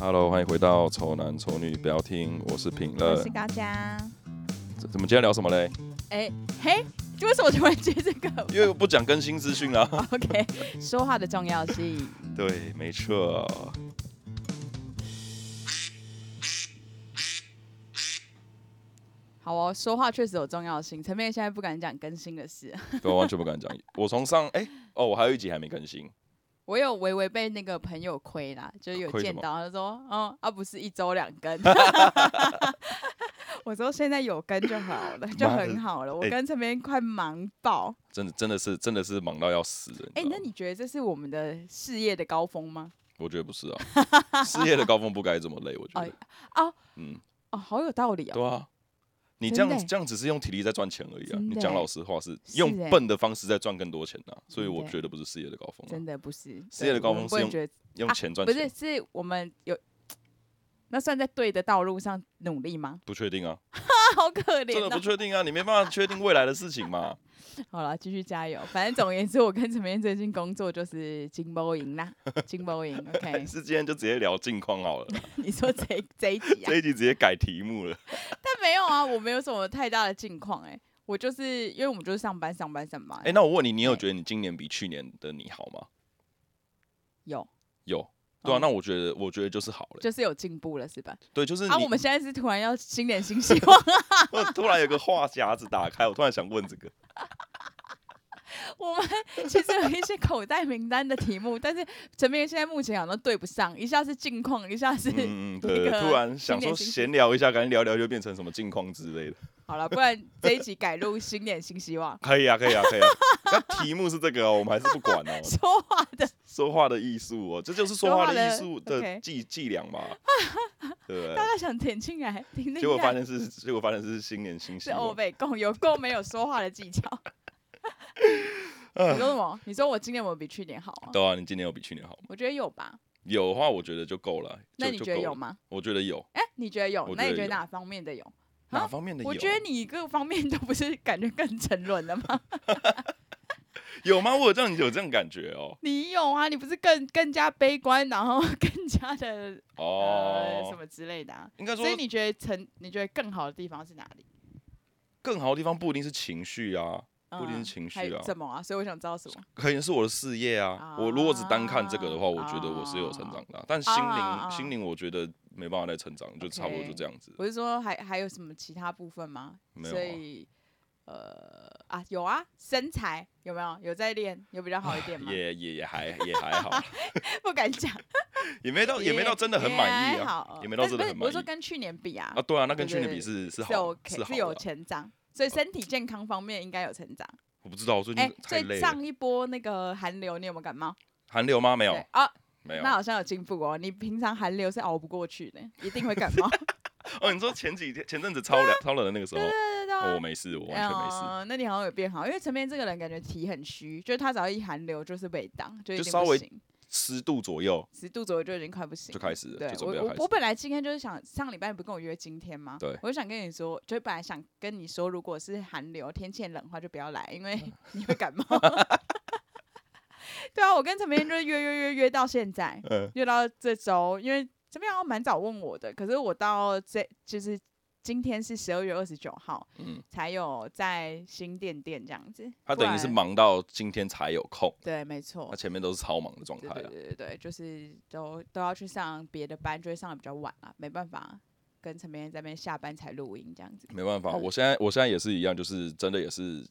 Hello，欢迎回到《丑男丑女不要听》，我是品我乐是。高嘉。怎怎么今天聊什么嘞？哎、嘿，为什么突然接这个 因为我不讲更新资讯啦。 ？OK，说话的重要性。 对，没错。好哦，说话确实有重要性。陈面现在不敢讲更新的事，对，我完全不敢讲。我从上哎、哦，我还有一集还没更新。我有微微被那个朋友亏啦，就是有亏什见么到，他说，嗯，啊，不是一周两 更。 我说现在有更就好了，就妈的很好了。我哎跟陈面快忙爆。真的真的是真的是忙到要死人。哎、知道吗那你觉得这是我们的事业的高峰吗？我觉得不是啊， 事业的高峰不该这么累，我觉得。哦，嗯，哦，好有道理哦。对啊。你真这样的子欸这样只是用体力在赚钱而已啊！真你的讲欸老实话是是用欸笨的方式在赚更多钱啊，所以真我的欸觉得不是事业的高峰、啊真，的不是事业的对高我峰们是不能用觉得用啊钱赚不钱。是，是我们有，那算在对的道路上努力吗？不确定啊，好可真怜的不哦。确定啊，你没办法确定未来的事情 嘛。好了，继续加油。反正总而言之，我跟陈明最近工作就是金包银 啦，金包银。OK，还是今天就直接聊近况 好了啦，你说这一这一集啊这？一集直接改题目 了。但没有啊，我没有什么太大的近况哎、我就是因为我们就是上班上班上班。哎、那我问你，你有觉得你今年比去年的你好吗？有，有，对啊，嗯那我觉得，我觉得就是好了。就是有进步了是吧？对，就是你，啊，我们现在是突然要新年新希望， 我突然有个话匣子打开，我突然想问这 个，我们其实有一些口袋名单的题目，但是陈明现在目前好像对不上，一下是近况，一下是、嗯嗯，那对，个突然想新说年新希闲聊一下，感觉聊聊就变成什么近况之类的。。好了，不然这一集改录新年新希望可以啊，可以啊，可以 啊。那题目是这个、哦，我们还是不管哦。说话的说话的艺术哦，这就是说说话话的的艺术的 OK 伎伎俩 嘛，对不对大？家想点进来听结果听发看，现是，结果发现是新年新希是欧望。北共有够没有说话的 技巧。你说什么？你说我今年我比去年好啊？对啊，你今年有比去年好吗？我觉得有吧。有的话，我觉得就够了。那就你就觉得够有了吗？我觉得有，哎、你觉得有我？那觉你得觉得有哪方面的有？哪方面的有？啊我觉得你各方面都不是，感觉更沉沦了吗？有吗？我有这样有这样感觉哦。你有啊？你不是更更加悲观，然后 更加的 呃什哦，么之类的啊？应该说所以你觉得成你觉得更好的地方是哪里？更好的地方不一定是情绪啊，不一定是嗯情还绪啊什么啊？所以我想知道什么。可能是我的事业啊。我如果只单看这个的话，啊我觉得我是有成长的啊，但心啊灵啊心灵我觉得没办法再成长，就差不多就这样子。我是说还还有什么其他部分吗？没有所啊以呃啊有啊，身材有没有有在练，有比较好一点吗？也也也还也还 好，不敢 讲，也没到也没到真的很满意也还啊好也没到但是真的不是很我满是说意跟去年比啊啊！，对啊，那跟去对年对比是是是好 OK 好是有的啊。成长，所以身体健康方面应该有成长。我不知道，我最哎近，太最累了。上一波那个寒流你有没有感冒？寒流吗？没对有啊，没有那。好像有进步哦。你平常寒流是熬不过去 的，一定会感冒。哦，你说前几天前阵子超凉超冷的那个时候，啊对对对啊哦我没事，我完全没事，嗯那你好像有变好，因为陈明这个人感觉体很虚，就是他只要一寒流就是被挡，就一就定稍不微行，十度左右十度左右就已经快不行就了。开始了，对就准我备要我开始我。本来今天就是想上礼拜你不跟我约今天吗？对我就想跟你说，就本来想跟你说，如果是寒流天气很冷的话，就不要来，因为你会感冒。 对啊，我跟陈明就是约约约约到现在，嗯，约到这周，因为这边好像蛮早问我的，可是我到这就是今天是十二月二十九号，嗯，才有在新店店这样子。他不啊等于然是忙到今天才有空，对，没错他。前面都是超忙的状态对对啊。对对对，就是都都要去上别的班，就会上的比较晚啊，没办法跟陈明在那边下班才录音这样子。没办法，嗯我现在我现在也是一样，就是真的也是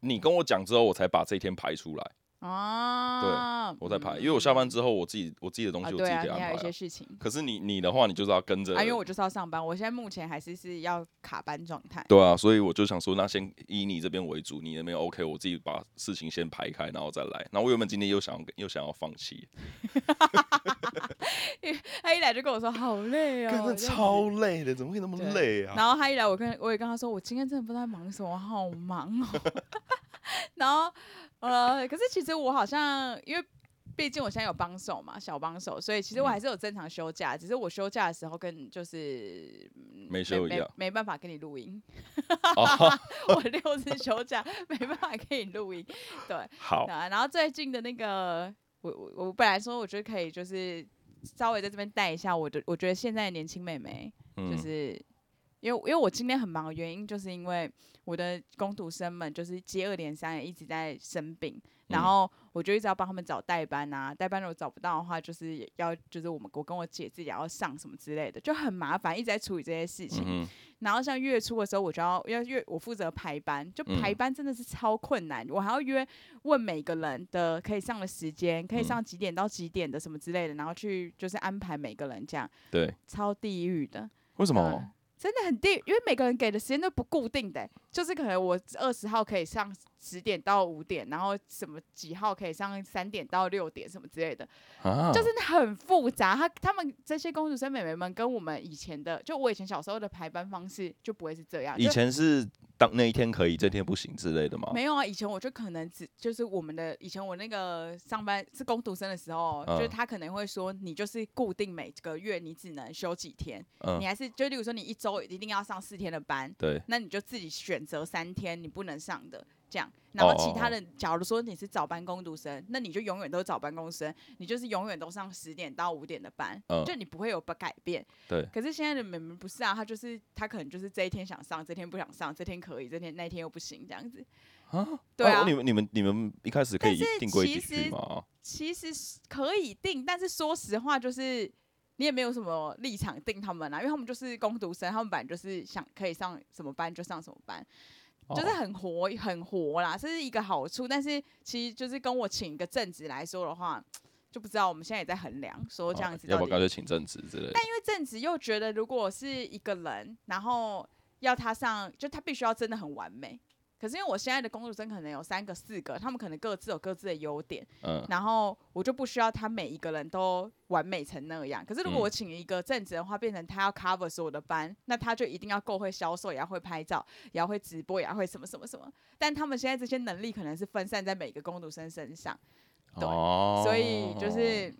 你跟我讲之后，我才把这一天排出来，啊，我再排，嗯因为我下班之后，我自己我自己的东啊，西我自己对啊，给你安排还有一些啊。事情可是你你的话，你就是要跟着啊，因为我就是要上班，我现在目前还是是要卡班状态。对啊，所以我就想说，那先以你这边为主，你那边 OK，我自己把事情先排开，然后再来。那我原本今天又想要又想要放弃，他一来就跟我说好累哦，真的这样超子累的，怎么会那么对累啊？然后他一来，我跟我也跟他说，我今天真的不知道在忙什么，我好忙 哦。 然后呃，可是其实我好像因为。毕竟我现在有帮手嘛，小帮手，所以其实我嗯还是有正常休假，只是我休假的时候跟就是嗯没休一没样没办法跟你录音。 哦，我六日休假 没办法跟你录音，对啊好，啊。然后最近的那个，我我我本来说我觉得可以就是稍微在这边带一下我的，我觉得现在的年轻妹妹，就嗯是、因为因为我今天很忙的原因，就是因为我的工读生们就是接二连三的一直在生病，然嗯后我就一直要帮他们找代班啊，代班如果找不到的话，就是也要就是我们我跟我姐自己也要上什么之类的，就很麻烦，一直在处理这些事情。嗯哼然后像月初的时候，我就要要月我负责排班，就嗯排班真的是超困难，我还要约问每个人的可以上的时间，可以嗯上几点到几点的什么之类的，然后去就是安排每个人这样，对，超地狱的。为什嗯么？真的很地狱，因为每个人给的时间都不固定的欸、就是可能我二十号可以上十点到五点，然后什么几号可以上三点到六点什么之类的，啊，就是很复杂。他他们这些公主生妹妹们跟我们以前的，就我以前小时候的排班方式就不会是这样。以就前是当那一天可以，这天不行之类的吗？没有啊，以前我就可能只就是我们的以前我那个上班是工读生的时候，就是嗯他可能会说你就是固定每个月你只能休几天，嗯你，还是就例如说你一周一定要上四天的班，对，那你就自己选择三天你不能上的这样。然后其他哦的，假如说你是早班工读生，那你就永远都是早班工生，你就是永远都上十点到五点的班，嗯就你不会有不改变。对。可是现在的妹妹不是啊，她就是她可能就是这一天想上，这天不想上，这天可以，这天那一天又不行这样子。啊，对啊哦你们你们你们一开始可以但是定规矩其实去吗？其实是可以定，但是说实话，就是你也没有什么立场定他们啊，因为他们就是工读生，他们本来就是想可以上什么班就上什么班。就是哦很活很活啦，这是一个好处。但是其实就是跟我请一个正职来说的话，就不知道我们现在也在衡量说哦这样子要到不底，要干脆请正职之类的？因为正职又觉得如果是一个人，然后要他上，就他必须要真的很完美。可是因为我现在的工作生可能有三个、四个，他们可能各自有各自的优点，嗯，然后我就不需要他每一个人都完美成那样。可是如果嗯我请一个正职的话，变成他要 cover 所有的班，那他就一定要够会销售，也要会拍照，也要会直播，也要会什么什么什么。但他们现在这些能力可能是分散在每个工读生身上，对哦所以就是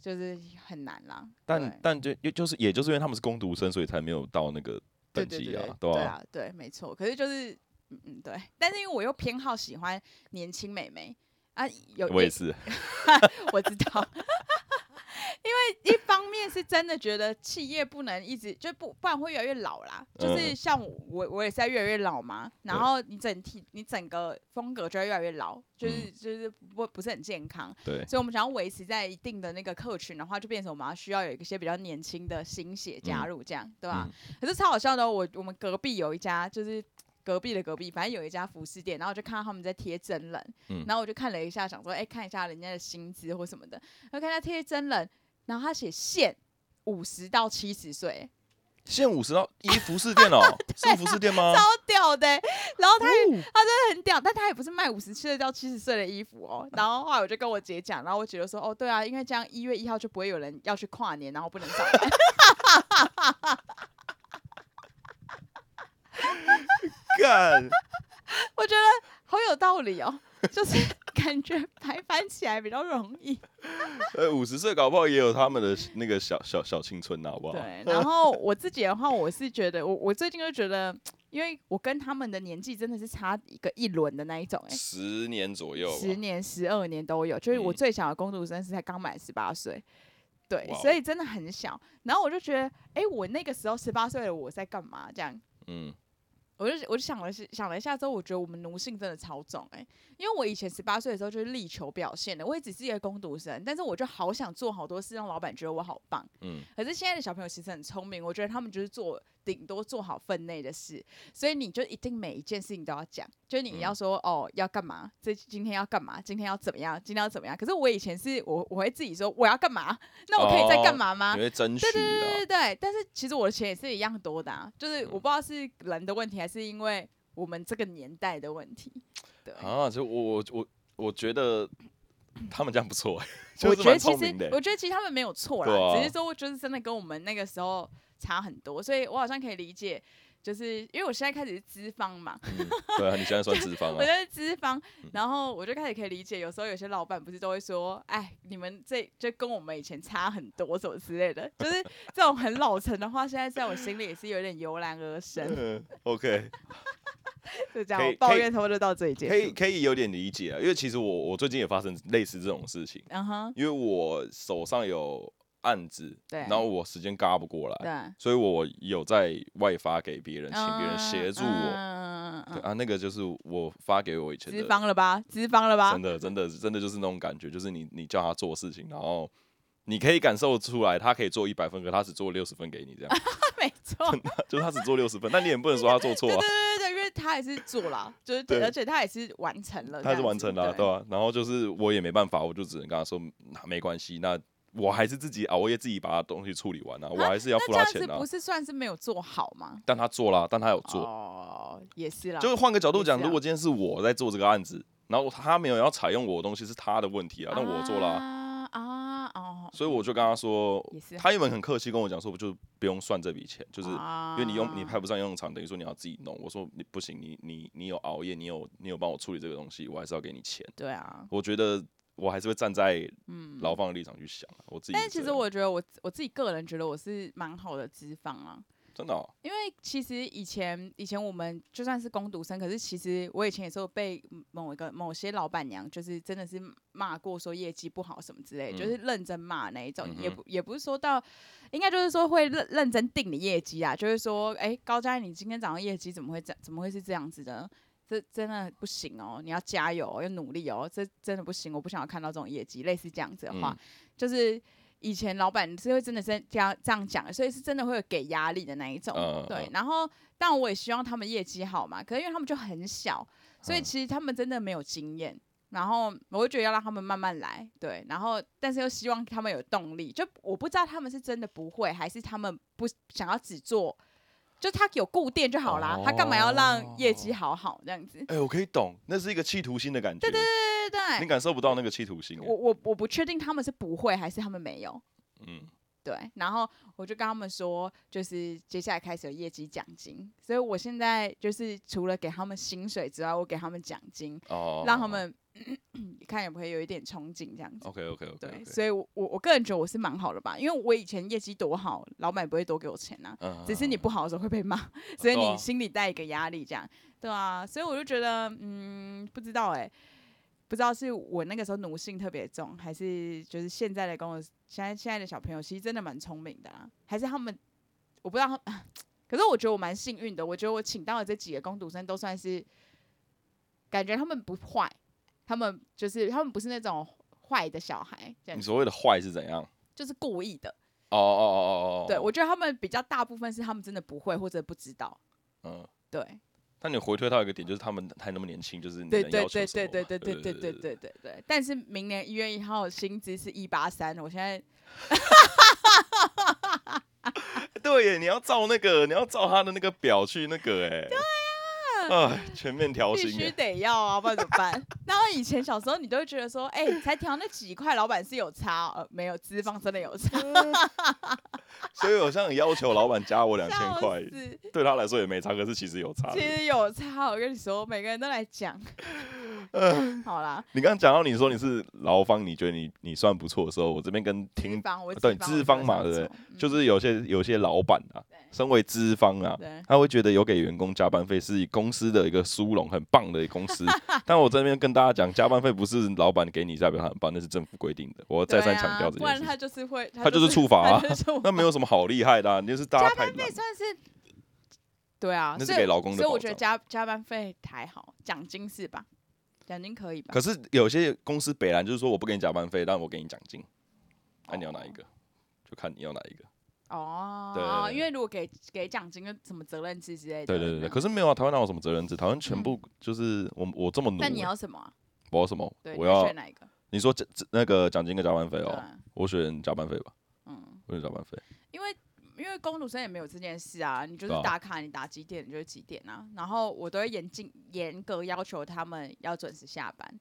就是很难啦。但但就又就是也就是因为他们是攻读生，所以才没有到那个对等对级对对啊，对吧？啊，对，没错。可是就是嗯嗯对，但是因为我又偏好喜欢年轻美眉啊，有我也也是，我知道。 因为一方面是真的觉得企业不能一直就不不然会越来越老啦，就是嗯像我我也是在越来越老嘛，然对后你整体你整个风格就会越来越老，嗯就是就是不不是很健康， 对，所以我们想要维持在一定的那个客群的话，就变成我们要需要有一些比较年轻的新血加嗯入这样，对吧、可是超好笑的哦、我我们隔壁有一家就是。隔壁的隔壁，反正有一家服饰店，然后我就看到他们在贴真人，嗯然后我就看了一下，想说，哎、看一下人家的薪资或什么的，然后看他贴真人，然后他写限五十到七十岁，现五十到一服饰 店哦，是服饰店吗？超屌的欸、然后他也哦很屌，但他也不是卖五十岁到七十岁的衣服哦。然后后来我就跟我姐讲，然后我姐就说：“哦，对啊，因为这样一月一号就不会有人要去跨年，然后不能上班。干，”我觉得好有道理哦，就是 感觉排班起来比较容易。呃，五十岁搞不好也有他们的那个小小小青春呐，好不好？对，然后我自己的话，我是觉得我我最近就觉得，因为我跟他们的年纪真的是差一个一轮的那一种、欸，十年左右吧，十年、十二年都有。就是我嗯最小的工读生是才刚满十八岁，对，哇哦所以真的很小。然后我就觉得，哎、我那个时候十八岁的我在干嘛？这样，嗯，我就我就想了想了一下之后，我觉得我们奴性真的超重哎、因为我以前十八岁的时候就是力求表现的，我也只是一个工读生，但是我就好想做好多事，让老板觉得我好棒。嗯可是现在的小朋友其实很聪明，我觉得他们就是做顶多做好分内的事，所以你就一定每一件事情都要讲，就是你嗯要说、哦要干嘛，这今天要干嘛，今天要怎么样，今天要怎么样。可是我以前是我我会自己说我要干嘛，那我可以再干嘛吗？你会争取对对对啊对，对，但是其实我的钱也是一样多的、啊，就是我不知道是人的问题，还是因为我们这个年代的问题。对，啊，就我我我我觉得他们这样不 错欸，我就是觉得蛮其聪明实的，我觉得其实他们没有错对啦，啊只是说就是真的跟我们那个时候差很多，所以我好像可以理解，就是因为我现在开始是资方嘛，嗯对啊，你现在算脂肪 我啊，在资方，然后我就开始可以理解，有时候有些老板不是都会说，哎，你们这就跟我们以前差很多什么之类的，就是这种很老成的话，现在在我心里也是有点油然而生。嗯，OK，就这样，可以我抱可以怨差不多到这里结可以束。可以有点理解啊，因为其实我我最近也发生类似这种事情，嗯哼，因为我手上有案子，对然后我时间嘎不过来，对，所以我有在外发给别人，请别人嗯协助我。嗯嗯嗯对嗯嗯啊，那个就是我发给我以前资的，方了吧？资方了吧真？的真的真的就是那种感觉，就是你你叫他做事情，然后你可以感受出来，他可以做一百分，可他只做六十分给你，这 样 没错，就是他只做六十分，但你也不能说他 做错对啊对，对对，因为他也是做了，就是对而且他也是完成了这样子，他是完成了啊、对对吧、然后就是我也没办法，我就只能跟他说，嗯那没关系，那我还是自己熬夜自己把他东西处理完啊，我还是要那付这他样钱子啊不。是算是没有做好吗？但他做了，但他有做，哦，也是啦，就是换个角度讲，也是啊如果今天是我在做这个案子，然后他没有要采用我的东西，是他的问题啊，那我做了啊、啊啊哦，所以我就跟他说也是，啊他原本很客气跟我讲说，就不用算这笔钱， 就是因因为你用你派不上用场，等于说你要自己弄。我说你不行，你你你有熬夜，你有你有帮我处理这个东西，我还是要给你钱。对啊，我觉得我还是会站在嗯，劳方的立场去想啊，我自己是这样。但其实我觉得我我自己个人觉得我是蛮好的资方啊，真的哦、因为其实以前以前我们就算是攻读生，可是其实我以前也是有被某一个某些老板娘，就是真的是骂过说业绩不好什么之类，嗯就是认真骂那一种，嗯哼也不也不是说到，应该就是说会认认真定你业绩啊，就是说，哎、高佳，你今天早上业绩怎么会这怎么会是这样子的？这真的不行哦，你要加油、哦，要努力哦，这真的不行，我不想要看到这种业绩，类似这样子的话，嗯就是以前老板是会真的是这样这样讲的，所以是真的会有给压力的那一种。嗯嗯对嗯，然后但我也希望他们业绩好嘛，可是因为他们就很小，所以嗯其实他们真的没有经验。然后我会觉得要让他们慢慢来，对，然后但是又希望他们有动力，就我不知道他们是真的不会，还是他们不想要只做，就他有固定就好啦，他干嘛要让业绩好好这样子？哎、我可以懂，那是一个企图心的感觉，哦对对对，嗯对对你对，感受不到那个企图心、我我我不确定他们是不会还是他们没有，嗯，对，然后我就跟他们说，就是接下来开始有业绩奖金，所以我现在就是除了给他们薪水之外，我给他们奖金，哦，哦让他们 看有没有有一点憧憬这样子。 OK OK OK，对，所以我我我个人觉得我是蛮好的吧，因为我以前业绩多好，老板也不会多给我钱啊，嗯只是你不好的时候会被骂， 所以对啊你心里带一个压力这样，对啊，所以我就觉得，嗯，不知道哎、不知道是我那个时候奴性特别重，还是就是现在的跟我现在现在的小朋友其实真的蛮聪明的啦，还是他们我不知道他 们，可是我觉得我蛮幸运的，我觉得我请到的这几个工读生都算是，感觉他们不坏，他们就是他们不是那种坏的小孩，这样你子所谓的坏是怎样？就是故意的。哦哦哦哦哦，哦对，我觉得他们比较大部分是他们真的不会或者不知道。嗯。对，但你回推到一个点，就是他们还那么年轻，就是你对能对要对求什对么对嘛对对对对对对对。但是明年一月一号薪资是一八三，我现在对耶！你要照那个，你要照他的那个表去那个，哎，对啊，全面调啊必薪须耶，得要啊，不然怎么 办？然后以前小时候你都会觉得说，哎、才调那几块，老板是有差哦，呃，没有资方真的有差，所以我现在要求老板加我两千笑块，死，对他来说也没差，可是其实有差的其。实有差，我跟你说，每个人都来讲。好啦，你刚刚讲到你说你是劳方，你觉得你你算不错的时候，我这边跟资听方我对资方嘛对对不就是有些有些老板啊，身为资方啊，对 他会觉得有给员工加班费是公司的一个殊荣，很棒的一个公 司。但我这边跟大家讲，加班费不是老板给你代表他很棒，那是政府规定的。我再三强调这对啊不件然事他情，就是会，他 就是处罚啊他就是处罚那没有什么好厉害的、啊，你就是大家太那懒。算是对啊，那是所以给劳工的所以我保觉得加加班费还好，奖金是吧？奖金可以吧？可是有些公司北兰就是说我不给你加班费，但我给你奖金，那、你要哪一个？就看你要哪一个。哦，对对对因为如果给给奖金，就什么责任制之类的。对对对对。可是没有啊，台湾哪有什么责任制？台湾全部就是我我这么努嗯但你力，要什么啊？我要什么对，？我你要选哪一个？你说这这那个奖金跟加班费对哦，啊，我选加班费吧，嗯，我选加班费。因为。因为公主生也没有这件事啊，你就是对啊打卡，你打几点你就是几点啊。然后我都会严禁严格要求他们要准时下班。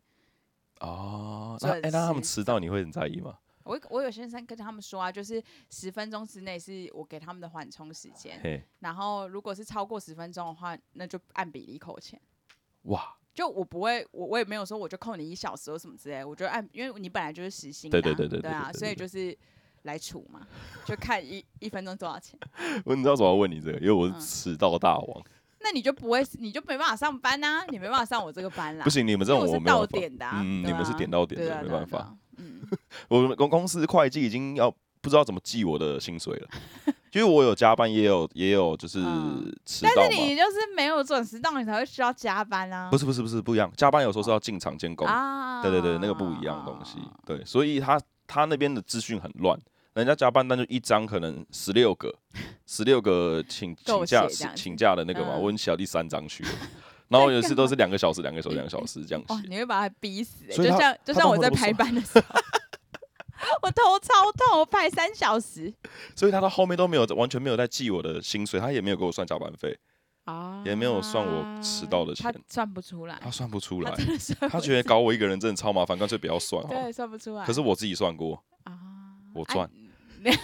哦，那哎、准那他们时迟到你会很在意吗？我我有先生跟他们说啊，就是十分钟之内是我给他们的缓冲时间，嘿，然后如果是超过十分钟的话，那就按比例扣钱。哇，就我不会，我我也没有说我就扣你一小时或什么之类，我就按，因为你本来就是时薪的啊、对对对对对啊，对对所以就是来除嘛，就看一一分钟多少钱，我你知道为什么要问你这个？因为我嗯是迟到大王。那你就不会，你就没办法上班呐、你没办法上我这个班啦，不行，你们这啊因种为我是没有办到法。点的啊、嗯，对你们是啊点到点对啊的，没对啊办对法。啊嗯，我们公公司会计已经要不知道怎么记我的薪 水了。就是我有加班，也有也有就是嗯迟但到是嘛。你就是没有准时到，你才会需要加班啊。不是是不是不是不一样，加班有时候是要进场监工，啊，对对对，那个不一样的东西。对，所以他他那边的资讯很乱，人家加班单就一张，可能十六个，十六个请请够假写这样子请假的那个嘛，嗯我已经写到第三张去了。然后有一次都是两个小时、两个小时、两个小时这样哇，写，哦你会把他逼死、欸，所就以他像就他像我当在然会排不班的时候， 我头超痛，我排三小时所以他到后面都没有完全没有在记我的薪水，他也没有给我算加班费，啊也没有算我迟到的他钱算不出来， 他算不出啊他来，真的算他不觉得搞我一个人真的超麻烦，干脆不要算好了。 对算不出来。可是我自己算过，啊，我啊赚。你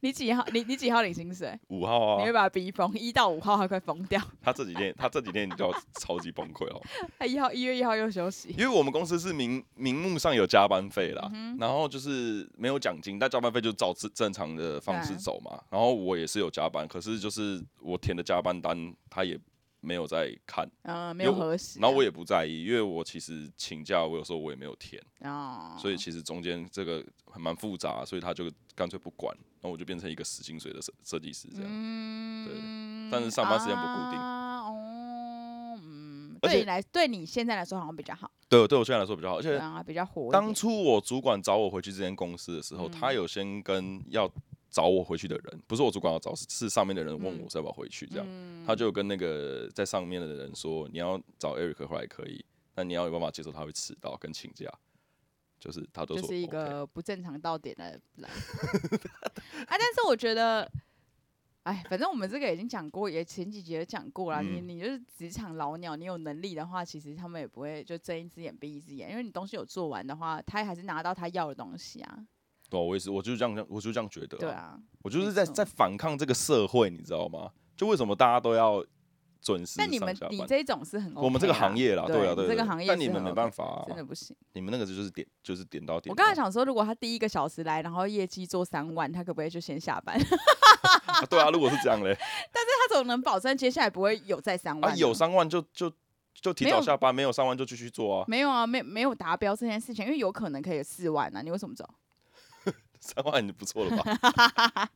你几号？你你几号领薪水？五号啊你会，把他逼疯，一到五号他快疯掉。 他这几天他这几天就要超级崩溃哦。他一号一月一号又休息因为我们公司是名名目上有加班费啦，嗯然后就是没有奖金，但加班费就照正正常的方式对走嘛。然后我也是有加班，可是就是我填的加班单他也没有在看，嗯、没有因为我核实啊。然后我也不在意，因为我其实请假，我有时候我也没有填，哦，所以其实中间这个还蛮复杂，所以他就干脆不管，然后我就变成一个死薪水的设设计师这样。嗯但是上班时间不固定啊、哦，嗯，而对且你来，对你现在来说好像比较好，对，对我现在来说比较好，而且然后比较活一当点初我主管找我回去这间公司的时候，嗯他有先跟要找我回去的人，不是我主管要找，是是上面的人问我要不要回去，这样、嗯他就有跟那个在上面的人说，你要找 Eric 回来可以，但你要有办法接受他会迟到跟请假，就是他都就说是一 OK 个不正常到点的人啊。但是我觉得，哎，反正我们这个已经讲过，也前几集也讲过啦。你嗯你就是职场老鸟，你有能力的话，其实他们也不会就睁一只眼闭一只眼，因为你东西有做完的话，他还是拿到他要的东西啊。对啊、我也是，我就是这样，我就这样觉得、对，啊，我就是没在错在反抗这个社会，你知道吗？就为什么大家都要准时那你上们下你班？这种是很 OK 啦、我们这个行业啦，对啊，对你这对个对行业但是你们很没 OK 办法、啊真，的不行。你们那个就是点就是点到点到。我刚才想说，如果他第一个小时来，然后业绩做三万，他可不可以就先下班？ 啊，对啊，如果是这样嘞，他总能保证接下来不会有再三万啊，呢？有三万就就就提没早有下班，没有三万就继续做啊，没有啊，没没有达标这件事情，因为有可能可以四万啊，你为什么走？三万不错了吧？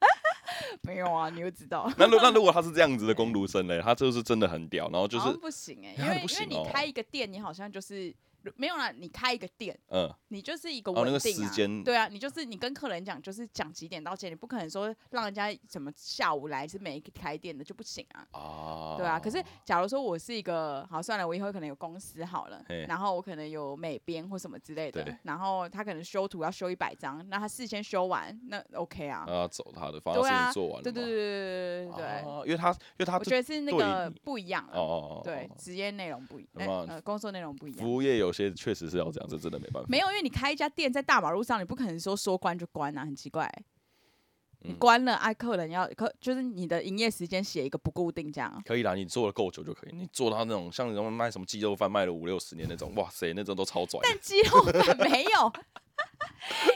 没有啊，你又知道，那如那如果他是这样子的工读生嘞，他就是真的很屌，然后 就好像是不行 哎、啊因为、不行因为哦你开一个店，你好像就是没有啦，你开一个店，嗯，你就是一个哦稳定啊，那个时间对啊，你就是你跟客人讲，就是讲几点到几点，你不可能说让人家什么下午来是没开店的就不行啊。啊，对啊，可是假如说我是一个，好算了，我以后可能有公司好了嘿，然后我可能有美编或什么之类对的，然后他可能修图要修一百张，那他事先修完，那 OK 啊，他要走他的，反正对事啊情做完了，对对对，对对对对对，啊，因为他因为他我觉这得是那对个你不一样哦啊，哦哦，对哦，职业内容不一那么样，呃，工作内容不一样。服务业有些确实是要这样，这真的没办法，没有，因为你开一家店在大马路上，你不可能说说关就关啊，很奇怪。你嗯关了，啊，客人要客，就是你的营业时间写一个不固定这样啊。可以啦，你做的够久就可以，你做到那种像你那种卖什么鸡肉饭卖了五六十年那种，哇塞，那种都超拽的，但鸡肉饭没有，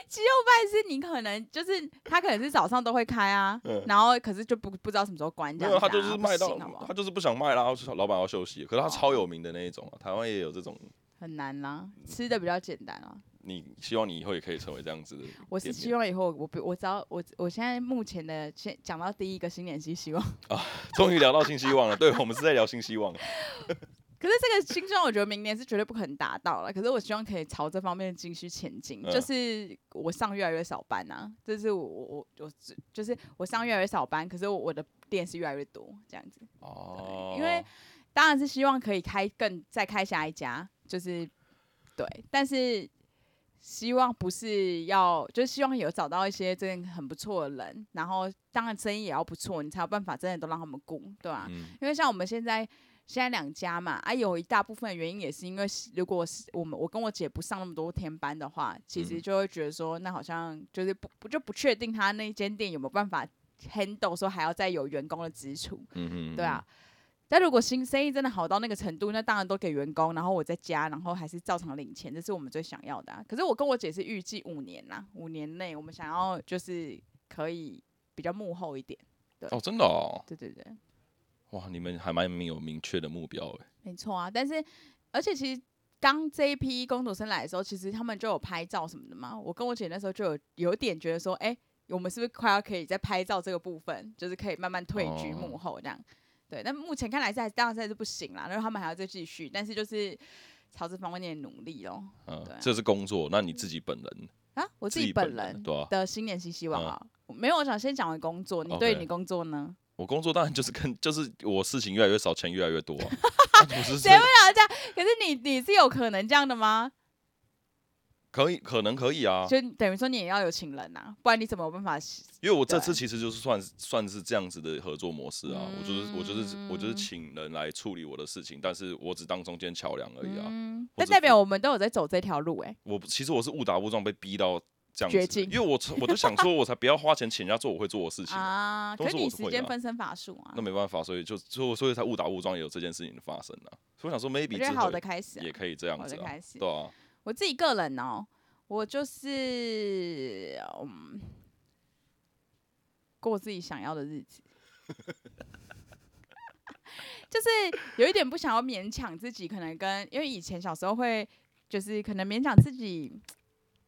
鸡肉饭是你可能就是他可能是早上都会开啊，嗯然后可是就不不知道什么时候关这没样有，子啊、他就是卖不到行好不好他就是不想卖啦，他老板要休息。可是他哦超有名的那一种啊，台湾也有这种。很难啦，吃的比较简单啊。你希望你以后也可以成为这样子的。我是店希面望以后我不我只要我我现在目前的先讲到第一个新年新希望， 终于聊到新希望了，对我们是在聊新希望。可是这个新希望我觉得明年是绝对不可能达到了，可是我希望可以朝这方面继续前进，嗯就是我上越来越少班啊，这是我我我我就是我上越来越少班，可是我我的店是越来越多这样子。哦，因为当然是希望可以开更再开下一家，就是对，但是希望不是要，就是希望有找到一些真的很不错的人，然后当然生意也要不错，你才有办法真的都让他们顾，对吧、嗯，因为像我们现在现在两家嘛，啊，有一大部分原因也是因为是如果是我们我跟我姐不上那么多天班的话，其实嗯就会觉得说，那好像就是不不就不确定他那一间店有没有办法 handle 说还要再有员工的支出，嗯哼对啊。但如果新生意真的好到那个程度，那当然都给员工，然后我在家，然后还是照常领钱，这是我们最想要的、啊。可是我跟我姐是预计五年啦，五年内我们想要就是可以比较幕后一点。哦，真的哦，对对对，哇，你们还蛮明有明确的目标哎。没错啊。但是而且其实当这一批工读生来的时候，其实他们就有拍照什么的嘛。我跟我姐那时候就有有点觉得说，哎、我们是不是快要可以在拍照这个部分，就是可以慢慢退居幕后这样？对，但目前看来是还当然还是不行啦，那他们还要再继续，但是就是朝这方面的努力哦。嗯对，啊这是工作，那你自己本人，啊，我自己本本人对啊，的新年新希望啊，没有，我想先讲完工作，你 OK 对你工作呢？ 我工作当然就是跟 就是我事情越来越少，钱越来越 多、啊，那不是谁会想要这样？可是你你是有可能这样的吗？可以可能可以啊，就等于说你也要有情人呐，不然你怎么有办法？因为我这对啊次其实就是算算是这样子的合作模式啊，我就是我就是我就是嗯请人来处理我的事情，但是我只当中间桥梁而已啊。嗯，或那者代表我们都有在走这条路哎、我不其实我是误打误撞被逼到这样绝子的，境因为我从我就想说，我才不要花钱请人家做我会做的事情啊、啊，都可是是我你是时会的间啊分身乏术啊那，没办法，所以就所以所以才误打误撞有这件事情的发生啊。所以我想说我，maybe 觉之得好后的开始、啊也，可以这样好子的啊，开始。对啊，我自己个人哦，我就是嗯，过自己想要的日子， 就是有一点不想要勉强自己，可能跟因为以前小时候会就是可能勉强自己。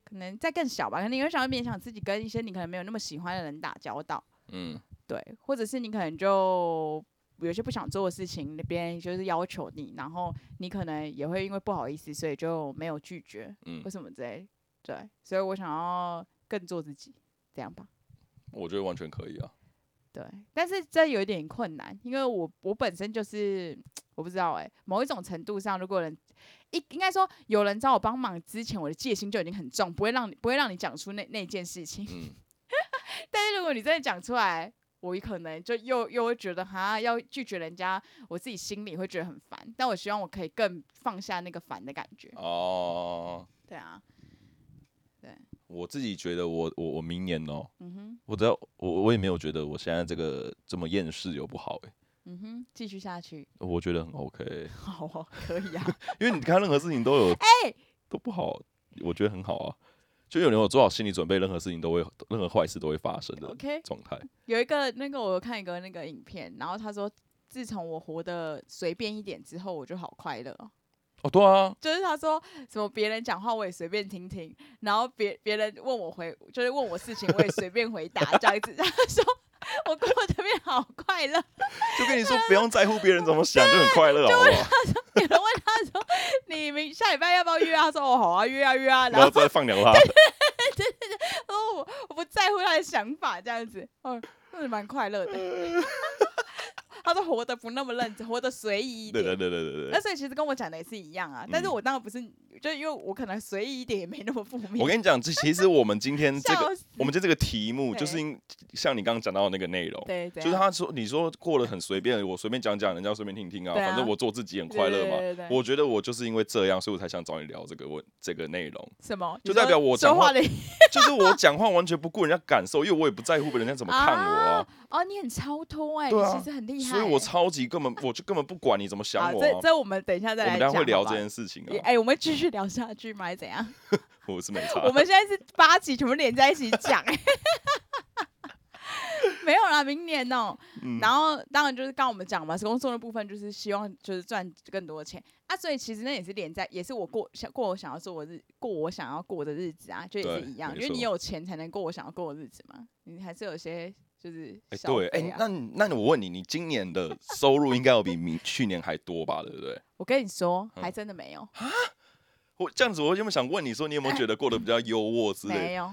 可能在更小吧，可能你会想要勉强自己跟一些你可能没有那么喜欢的人打交道，嗯，对，或者是你可能就有些不想做的事情，别人就是要求你，然后你可能也会因为不好意思，所以就没有拒绝，嗯或什么之类。对，所以我想要更做自己，这样吧。我觉得完全可以啊。对，但是这有一点困难，因为我我本身就是我不知道哎、某一种程度上，如果有人一应该说有人找我帮忙之前，我的戒心就已经很重，不会让你不会让你讲出那那件事情。嗯， 但是如果你真的讲出来，我可能就又又会觉得哈，要拒绝人家，我自己心里会觉得很烦。但我希望我可以更放下那个烦的感觉。哦、对啊，我自己觉得我我我明年哦、嗯哼，我只要我我也没有觉得我现在这个这么厌世有不好哎、嗯哼，继续下去，我觉得很 OK，、 欸好哦，可 以啊。因为你看任何事情都有哎、都不好，我觉得很好啊，就有人有做好心理准备，任何事情都会任何坏事都会发生的 OK，状态。 有一个那个我有看一个那个影片，然后他说，自从我活得随便一点之后，我就好快乐、哦。哦，对啊，就是他说什么别人讲话我也随便听听，然后别别人问我回就是问我事情我也随便回答这样子。 他说我过得变好快乐。就跟你说不用在乎别人怎么想，就很快乐，好不啊好？有人问他说你明下礼拜要不要约啊？他说哦好啊约啊约啊。然然后后再放鸟他。他说我我不在乎他的想法这样子，哦，那是蛮快乐的。嗯 他说活得不那么认真，活得随意一对点。对对对对那对。所以其实跟我讲的也是一样啊，但是嗯我当然不是，就因为我可能随意一点也没那么负面。我跟你讲，这其实我们今天这个笑死，我们今天这个题目就是对因像你刚刚讲到的那个内容，对，啊就怎是样他说你说过得很随便，我随便讲讲，人家随便听听啊，对啊反正我做自己很快乐嘛。对对对对我觉得我就是因为这样，所以我才想找你聊这个问这个内容，什么？就你说代表我说讲话话的就是我讲话完全不顾人家感受，因为我也不在乎人家怎么看我啊，哦，你很超脱哎、对啊你其实很厉害欸、所以我超级根本我就根本不管你怎么好想我、这啊。这我们等一下我再来们讲等好一不下好。会聊这件事情也。啊，哎、我们继续聊下去吗？还是怎样？我是没 差。我们现在是八集全部连在一起讲、 哎没有啦，明年哦、嗯然后当然就是刚我们讲嘛，工作的部分就是希望就是赚更多的钱啊，所以其实那也是连在，也是我过想过我想要做的日，过我想要过的日子啊，就也对是一样，没因为你错有钱才能过我想要过的日子嘛，你还是有些就是哎、消对，哎、费啊那你那你我问你，你今年的收入应该要比明去年还多吧，对不对？我跟你说，嗯还真的没有，我这样子，我原本想问你说，你有没有觉得过得比较优渥之类没的？ 有，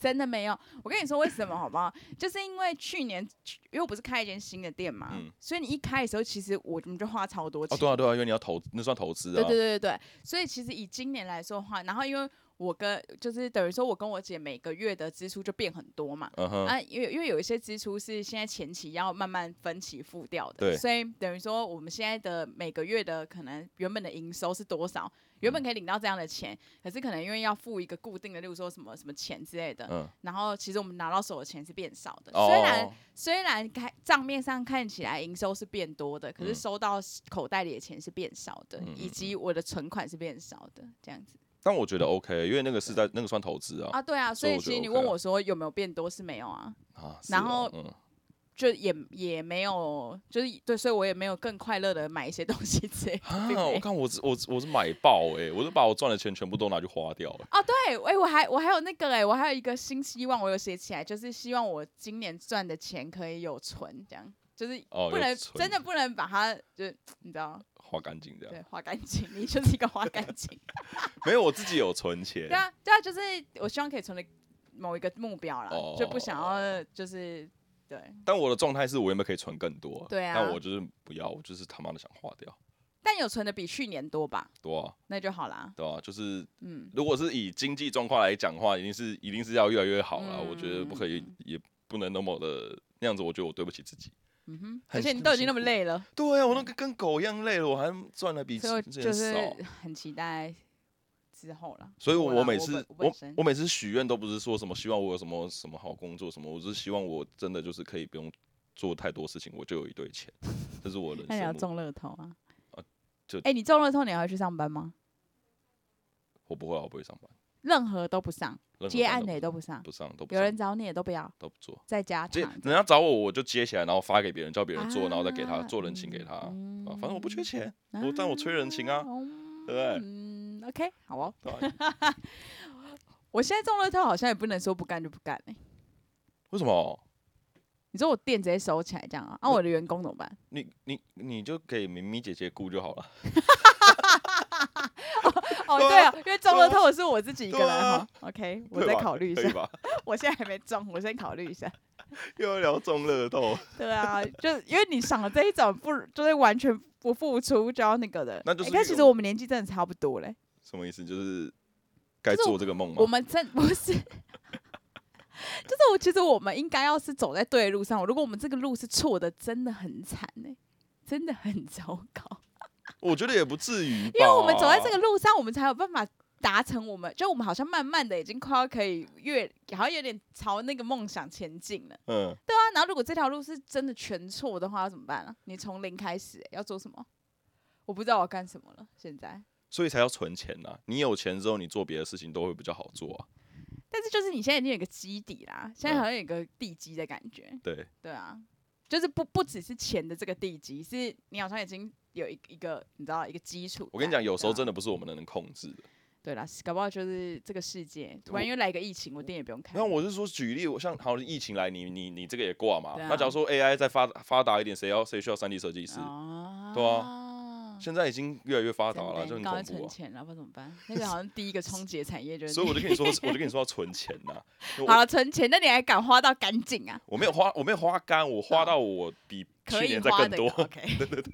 真的没有。我跟你说为什么好不好？ 就是因为去年，因为我不是开一间新的店嘛，嗯所以你一开的时候，其实我们就花超多哦，钱。对啊，对啊，因为你要投，那算投资啊。对对对对对所以其实以今年来说的话，然后因为我跟就是等于说我跟我姐每个月的支出就变很多嘛。嗯哼，啊，因为因为有一些支出是现在前期要慢慢分期付掉对的，所以等于说我们现在的每个月的可能原本的营收是多少，原嗯本可以领到这样的钱，可是可能因为要付一个固定的，例如说什么什么钱之类的，嗯，然后其实我们拿到手的钱是变少的，虽然哦，虽然看账面上看起来营收是变多的，可是嗯收到口袋里的钱是变少的，嗯以及我的存款是变少的，这样子但我觉得 OK，因为那个是在那个算投资啊啊，对啊，所所以以我觉其得实你 OK 问啊我说有没有变多是没有啊，啊。是然哦后嗯，就也也没有，就是对，所以我也没有更快乐的买一些东西之类的。 并啊，没我看我只我只我是买爆哎、我就把我赚的钱全部都拿去花掉了、哦，对，哎、我还我还有那个哎、我还有一个新希望，我有写起来，就是希望我今年赚的钱可以有存，这样就是哦不有能、存真的不能把它就是你知道花干净这样。对花干净，你就是一个花干 净。没有，我自己有存钱对。啊，对啊，就是我希望可以存的某一个目标啦，就不想哦要就是对，但我的状态是我原本可以存更多，对啊但我就是不要，我就是他妈的想花掉，但有存的比去年多吧，对啊，那就好啦。对啊，就是嗯，如果是以经济状况来讲的话，一定是一定是要越来越好啦。嗯我觉得不可以嗯，也不能那么的那样子，我觉得我对不起自己。嗯哼，很而且你很都已经辛那么苦累了，对啊，我那个跟狗一样累了，我还赚了比之所以我前就是少。很期待之后了。所以我啦我每本次本我身我每次许愿都不是说什么希望我有什么什么好工作什么，我是希望我真的就是可以不用做太多事情，我就有一堆钱，这是我人那你要生目。中乐透啊？啊就哎、你中乐透，你还会去上班吗？我不会啊，我不会上班，任何都不上，任何接班案都的也都不上，不上都不有上人找你也都不要，都不做。在家接躺人着。家找我，我就接起来，然后发给别人，叫别人做，然后再给他啊做人情给他。啊，嗯反正我不缺钱，我但我缺人情啊，嗯对不对嗯，OK，好哦。对吧我现在中乐透好像也不能说不干就不干哎、为什么？你说我店直接收起来这样啊？那、我的员工怎么办？你你你就给明咪姐姐雇就好了。哦，对对啊啊，因为中乐透的是我自己一个人对啊哈。OK，我对再吧考虑一可下以。吧？ 我现在还没中，我先考虑一下。又要聊中乐透， 对啊，就 因为你想的这一种不就是完全不付出就要那个的，那就是欸可那其个实我们年纪真的差不多嘞，什么意思？就是该就是做这个梦我吗？们真不是，就是我其实我们应该要是走在对的路上，如果我们这个路是错的，真的很惨呢、真的很糟糕，我觉得也不至于，因因为我们走在哦这个路上，我们才有办法。达成我们，就我们好像慢慢的已经快要可以越，好像有点朝那个梦想前进了，嗯，对啊。然后如果这条路是真的全错的话，要怎么办啊？你从零开始、欸要做什么？我不知道我要干什么了，现在。所以才要存钱呐、你有钱之后，你做别的事情都会比较好做啊。但是就是你现在已经有一个基底啦，现在嗯好像有一个地基的感觉，对，对啊，就是不不只是钱的这个地基，是你好像已经有一一个你知道一个基础在。我跟你讲，有时候对啊真的不是我们能控制的。对啦，搞不好就是这个世界突然我又来一个疫情，我店也不用开那。我是说，举例，我像好像疫情来，你你你这个也挂嘛。对啊那假如说 AI 再发发达一点，谁要谁需要三 D 设计师？啊对啊现在已经越来越发真达的了，你就很赶快恐怖存啊。钱了，不然怎么办？那个好 像第一个冲击的产业就是所以你。我就跟你说，我就跟你说要存钱呐、我好了，存钱，那你还敢花到干净啊？我没有花，我没有花干，我花到我比 可去以年再花更的多。 OK，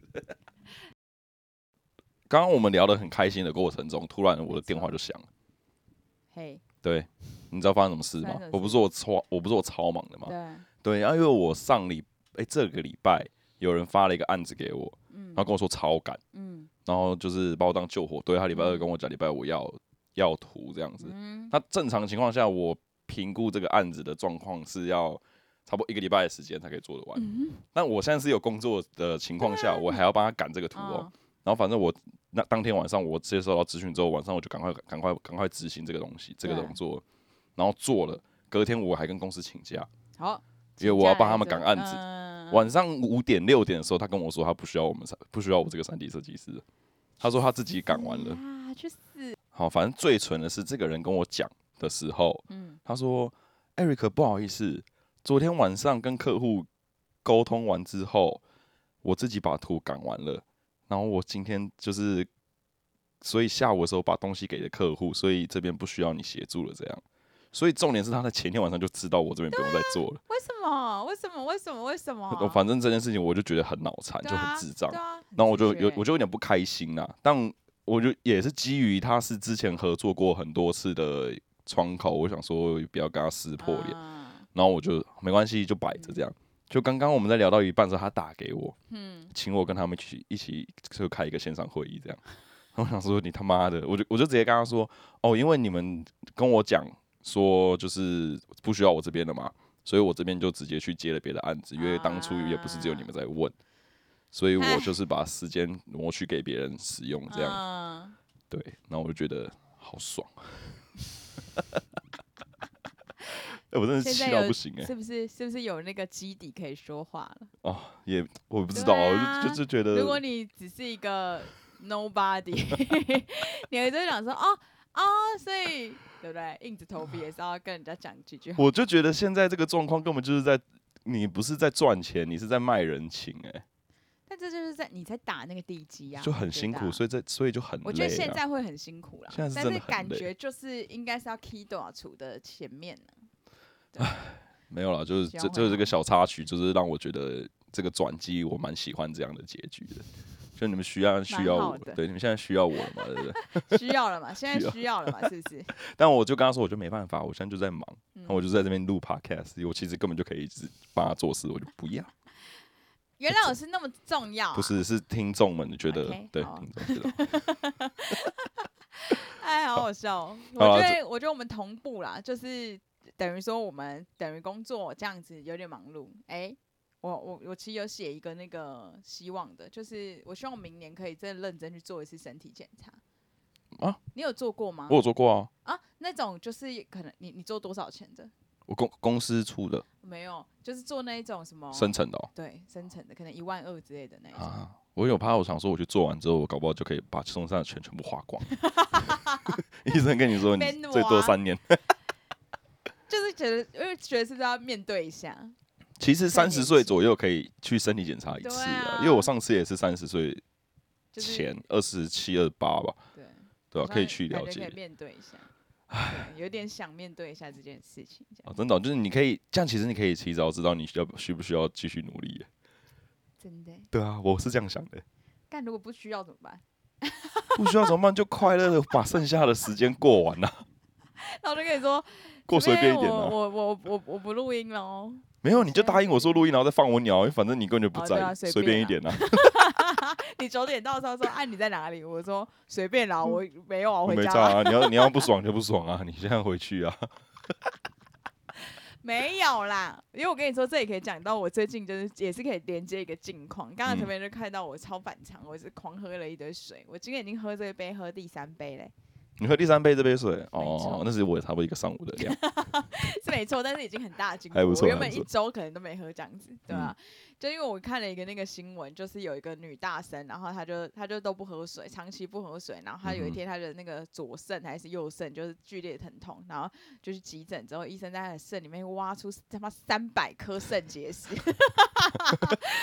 刚刚我们聊得很开心的过程中，突然我的电话就响了。 嘿，对，你知道发生什么事发吗生什么？事我不是我超，我不是我超忙的吗？对，对，然后因为我上礼哎、这个礼拜有人发了一个案子给我，嗯然后跟我说超赶，嗯然后就是把我当救火队，他礼拜二跟我讲礼拜五要要图这样子。嗯，那正常情况下，我评估这个案子的状况是要差不多一个礼拜的时间才可以做得完。嗯但我现在是有工作的情况下，我还要帮他赶这个图哦。哦然后反正我那当天晚上我接收到资讯之后，晚上我就赶快赶快赶快执行这个东西，这个对动作，然后做了。隔天我还跟公司请假，嗯好，因为我要帮他们赶案子。子晚上五点六点的时候，他跟我说他不需要我们三不需要我这个三 D 设计师了，他说他自己赶完了。啊，去死！好，反正最蠢的是这个人跟我讲的时候，嗯，他说：“Eric，不好意思，昨天晚上跟客户沟通完之后，我自己把图赶完了，然后我今天就是，所以下午的时候把东西给了客户，所以这边不需要你协助了。这样，所以重点是他在前天晚上就知道我这边不用再做了。为什么？为什么？为什么？为什么？ 我反正这件事情我就觉得很脑残，哦对就啊很智障。对啊，然后我就有我就就有点不开心啦，但我就也是基于他是之前合作过很多次的窗口，我想说不要跟他撕破啊脸。脸。然后我就没关系，就摆着这样。就刚刚我们在聊到一半的时候，他打给我，嗯，请我跟他们去一起就开一个线上会议这样。然后我想说你他妈的，我就我就直接跟他说，哦，因为你们跟我讲说就是不需要我这边了嘛，所以我这边就直接去接了别的案子，因啊为当初也不是只有你们在问，所以我就是把时间挪去给别人使用这嗯样。样。对， 然后我就觉得好爽。我真的是现在气到有不行哎、是不是是不是有那个基底可以说话了？哦，也我不知对道，啊我就就是觉得如果你只是一个 nobody，你还在想说哦哦，所以对不对？硬着头皮也是要跟人家讲几句话。我就觉得现在这个状况根本就是在，你不是在赚钱，你是在卖人情、欸，但这就是在你在打那个地基啊呀、就很辛苦，以所以这所以就很累、啊。我觉得现在会很辛苦啦，现在是但真是的很感累觉就是应该是要 key 多少处的前面 呢、没有了，就是希这望会就是这好个小插曲，就是让我觉得这个转机我蛮喜欢这样的结局的。就你们需要需蛮要好我，的对你们现在需要我了嘛，对不对？ 需要了嘛？现需在要需要了嘛？是 不是？但我就跟他说，我就没办法，我现在就在忙，嗯然后我就在这边录 podcast，我其实根本就可以一直帮他做事，我就不要。原来我是那么重要、啊，不？是，是听众们觉得 OK，对，好啊听众觉得哎，好好笑、哦。我好觉啊得，我觉得我们同步啦，就是等于说我们等于工作这样子有点忙碌。哎、我我我其实有写一个那个希望的，就是我希望我明年可以真的认真去做一次身体检查。啊，你有做过吗我？有做过啊，啊，那种就是可能你你做多少钱的？我公公司出的没有，就是做那一种什么生成的哦、对深层的，可能一万二之类的那一种。啊，我有怕，我想说我去做完之后，我搞不好就可以把身上的钱全部花光。 医生跟你说，你边最多挖三年。 就是觉得，因为觉得是不是要面对一下？其实看三年十岁纪左右可以去身体检查一次啊，对啊因为我上次也是三十岁就是前，二十七、二八吧，对，对吧、好像可以去感了觉可解以。面对一下。对有点想面对一下这件事情，这样哦，真的哦、就是你可以这样，其实你可以提早知道你需要需不需要继续努力耶。真的欸。对啊，我是这样想的。但如果不需要怎么办？不需要怎么办？就快乐的把剩下的时间过完呐、那我就跟你说， 过姐随妹便一点我啊。我我我我不录音喽。没有，你就答应我说录音，然后再放我鸟，反正你根本就不啊哦在对啊意，随随便便一啊点啊。 你九点到的时候说，哎、你在哪里？我说随便啦，我没有啊，我没回家差啦。啊，嗯你要你要不爽就不爽啊，你 现在回去啊。 没有啦，因为我跟你说，这也可以讲到我最近就是也是可以连接一个近况。刚刚嗯陈边就看到我超反常，我是狂喝了一堆水，我今天已经喝这一杯喝第三杯嘞， 你喝第三杯这杯水没哦错，那是我差不多一个上午的 量。是没错，但是已经很大的进步。还不错我原还本不一错嗯周可能都没喝这样子，对吧、就因为我看了一个那个新闻，就是有一个女大生，然后她就她就都不喝水，长期不喝水，然后她有嗯一哼天她的那个左肾还是右肾就是剧烈疼痛，然后就去急诊之后，医生在她的肾里面挖出他妈三百颗肾结石。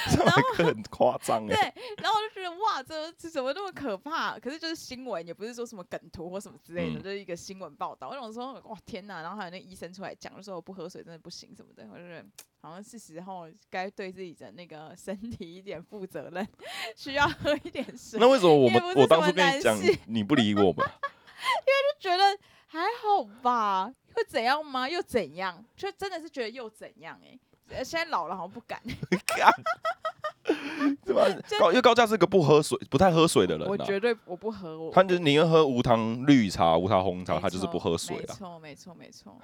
上百克很夸张哎，对，然后我就觉得哇，这这怎么那么可怕？可是就是新闻，也不是说什么梗图或什么之类的，嗯就是一个新闻报道。我想说，哇天哪！然后还有那医生出来讲，就说我不喝水真的不行什么的。我就觉得好像是时候该对自己的那个身体一点负责任，需要喝一点水。那为什么我也们不是我什当么初跟你难讲事，你不理 我们？就觉得还好吧，会怎样吗？又怎样？就真的是觉得又怎样、欸？哎，现在老了好像不敢。对吧？高因为高价是个不喝水、不太喝水的人我啊。绝对我不喝，我他就是宁愿喝无糖绿茶、无糖红茶，没他就是错不喝水没啊。错，没错，没错。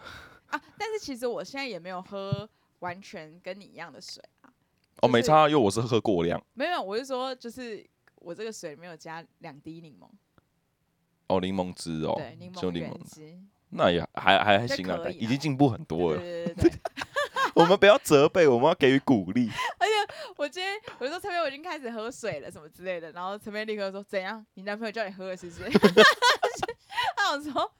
啊，但是其实我现在也没有喝完全跟你一样的水啊，哦，就是没差啊，因为我是喝过量。没有，我是说就是我这个水没有加两滴柠檬，哦，柠檬汁哦对，柠，就檬柠原檬汁，汁，那也还还还这行啊可，但以已啦经进步很多对了。对对对对。 我们不要责备，我们要给予鼓励。我今天我就说陈飞，我已经开始喝水了什么之类的，然后陈飞立刻说怎样？你男朋友叫你喝了是不 是？他想说，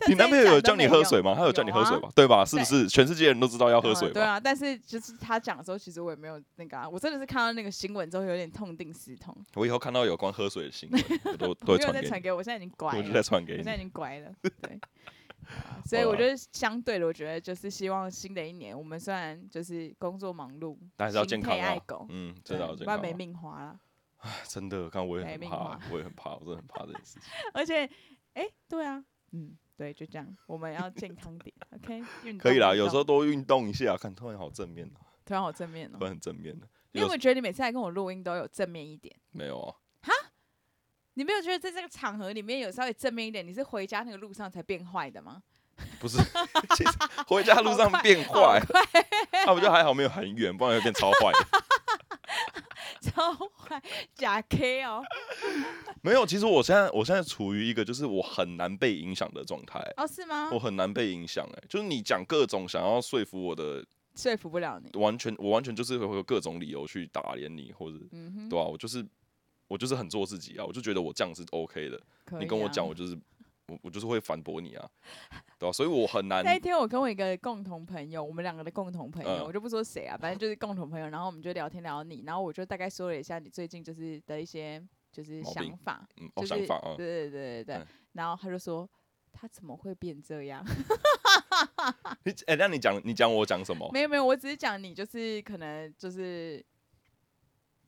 他你男朋友自己有叫讲都你没喝水吗？他有有叫你喝水啊吧？对吧？是不对是全世界人都知道要喝嗯水对吧？啊，但是就是他讲的时候，其实我也没有那个啊，我真的是看到那个新闻之后有点痛定思痛，我以后看到有关喝水的新 闻，我都都会我没有传再给传你，给我，我现在已经乖我了，就再传我给现在已你。经 乖了，对。啊所以好我啦觉得相对的，我觉得就是希望新的一年，我们虽然就是工作忙碌，但还是要健心康配啊爱狗，嗯，对真的要健不然康没啊。命花了。真的，看我也没很命怕花，我也很怕，我真的很怕这件事 情。而且，哎，对啊，嗯，对，就这样，我们要健康点，OK？运可以动啦，运有时动候多运动一下，看突然好正面哦，突然好正面突哦。然很正面的。你有有没有觉得你每次来跟我录音都有正面一点？没有 啊？你没有觉得在这个场合里面有稍微正面一点？你是回家那个路上才变坏的吗？ 不是，其实回家路上变坏，那我觉得还好没有很远，不然会变超坏的。超坏，假 K 哦。 没有，其实我现在我现在处于一个就是我很难被影响的状态，哦，是吗我？很难被影响哎、就是你讲各种想要说服我的，说服不了你。完全我完全就是会有各种理由去打脸你，或者嗯哼，对啊，我就是我就是很做自己啊，我就觉得我这样是 OK 的，可以、啊。你跟我讲，我就是我我就是会反驳你啊，对啊，所以我很难那一天我跟我一个共同朋友，我们两个的共同朋友，嗯我就不说谁啊，反正就是共同朋友。然后我们就聊天聊到你，然后我就大概说了一下你最近就是的一些就是毛想病法，嗯哦就是、想法啊，对对对对对。嗯然后他就说他怎么会变这样？你哎、那你讲你讲我讲什么？ 没有没有，我只是讲你就是可能就是。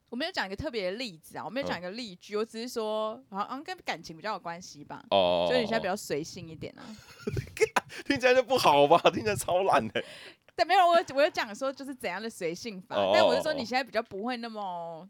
我没有讲一个特别的例子啊，我没嗯有讲一个例句，我只是说，好像跟感情比较有关系吧，哦，所以你现在比哦较随性一点啊。听起来就不好吧？听起来超烂的、但没有，我有我有讲说就是怎样的随性法，哦但我是说哦你现在比较不会那么，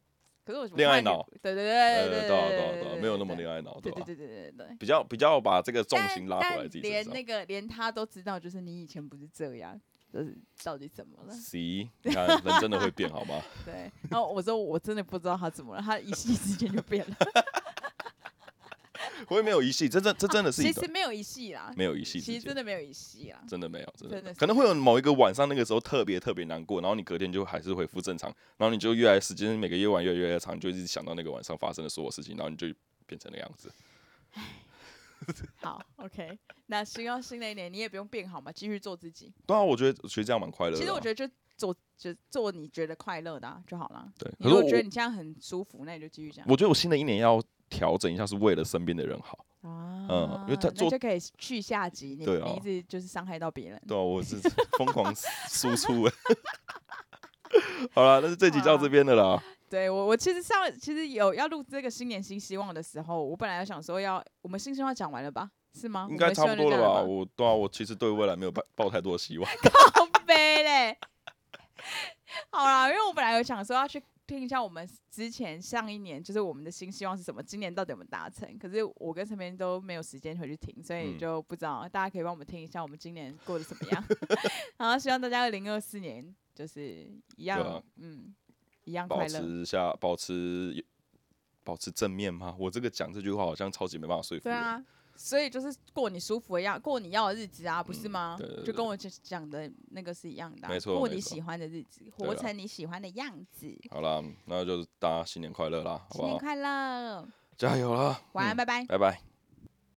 可是我恋爱脑，对对对对呃，对对啊对对啊对对啊对，没有那么对恋爱脑，对吧对？对对对对。比较比较把这个重但心拉回来但自己身连上。那个连他都知道，就是你以前不是这样，就是到底怎么了？ C，你看人真的会变好吗？对，然后我说我真的不知道他怎么了，他一夕之间就 变了。我也没有一系，这真这真的是其一个实没有一夕啦，没有一系之其实间，真的没有一夕啦。真的没有，真的真没的有是可能会有某一个晚上，那个时候特别特别难过，然后你隔天就还是恢复正常，然后你就越来时间每个夜晚越来越长，你就一直想到那个晚上发生的所有事情，然后你就变成那个样子。好，OK，那希望新的一年你也不用变好嘛，继续做自己。对啊，我觉得其实这样蛮快乐的啊。其实我觉得就做就做你觉得快乐的、啊、就好了。对，你可如是果觉得我你这样很舒服，那你就继续这样。我觉得我新的一年要调整一下，是为了身边的人好。啊嗯因为他那做就可以去下集，你、对啊你一直就是伤害到别人。对啊，我是疯狂输出欸。好了，那就这集到这边的啦。对我，我其实上其实有要录这个新年新希望的时候，我本来想说要我们新希望讲完了吧，是吗？应该差不多了了吧？我对啊，我其实对未来没有抱抱太多的希望。好悲嘞。好啦，因为我本来有想说要去听一下我们之前上一年就是我们的新希望是什么，今年到底有没有达成？可是我跟陈明都没有时间回去听，所以嗯就不知道。大家可以帮我们听一下我们今年过得怎么样。 然后希望大家二零二四年就是一样，对啊嗯，一样保快乐。持一下，保持保持正面吗？我这个讲这句话好像超级没办法说服。对，啊，所以就是过你舒服的样，过你要的日子啊，不是嗯吗？对对就对跟我讲讲的那个是一样的啊、没错过没你错喜欢的日子，对活啊成你喜欢的样子。好啦，那就大家新年快乐啦，好新不年好？快乐，加油啦！晚安，嗯拜拜。拜拜。